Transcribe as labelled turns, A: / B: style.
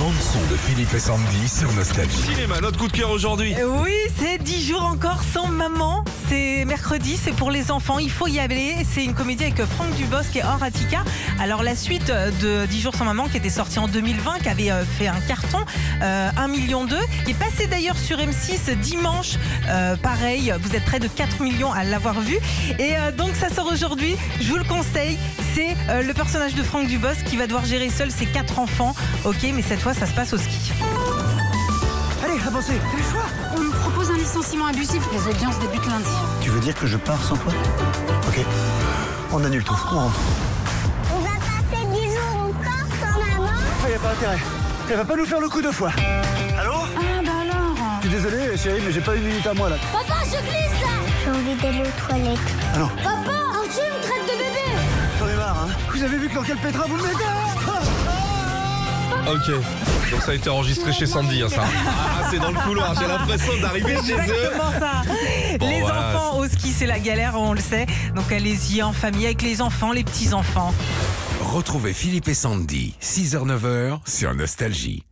A: bande son de Philippe et Sandy sur Nostalgie.
B: Cinéma, notre coup de cœur aujourd'hui.
C: Euh, Oui, c'est 10 jours encore sans maman. C'est mercredi, c'est pour les enfants, il faut y aller. C'est une comédie avec Franck Dubosc et Or Attica. Alors la suite euh, de 10 jours sans maman qui était sortie en 2020, qui avait euh, fait un carton, euh, 1 million 2, qui est passé d'ailleurs sur M6 dimanche. Euh, pareil, vous êtes près de 4 millions à l'avoir vu. Et euh, donc ça sort aujourd'hui, je vous le conseille. C'est euh, le personnage de Franck Dubosc qui va devoir gérer seul ses quatre enfants. Ok, mais cette fois ça se passe au ski.
D: Allez, avancez
E: On me propose un licenciement abusif. Les audiences débutent lundi.
D: Tu veux dire que je pars sans toi Ok. On annule tout. On rentre.
F: On va passer 10 jours encore sans maman.
D: Il Ah, a pas intérêt. Elle va pas nous faire le coup deux fois. Allô
E: Ah bah alors
D: Je suis désolé, chérie, mais j'ai pas une minute à moi là.
F: Papa, je glisse là J'ai envie d'aller aux toilettes.
D: Ah non,
F: Papa, tu me traites de bébé
D: j'en ai marre, hein. Vous avez vu que dans quel pétra vous me mettez hein
B: Ok. Donc ça a été enregistré chez Sandy, hein, ça. Ah, c'est dans le couloir. J'ai l'impression d'arriver chez eux.
C: Exactement ça.
B: Bon,
C: les
B: voilà.
C: enfants au ski, c'est la galère, on le sait. Donc allez-y en famille avec les enfants, les petits-enfants.
A: Retrouvez Philippe et Sandy, 6h-9h sur Nostalgie.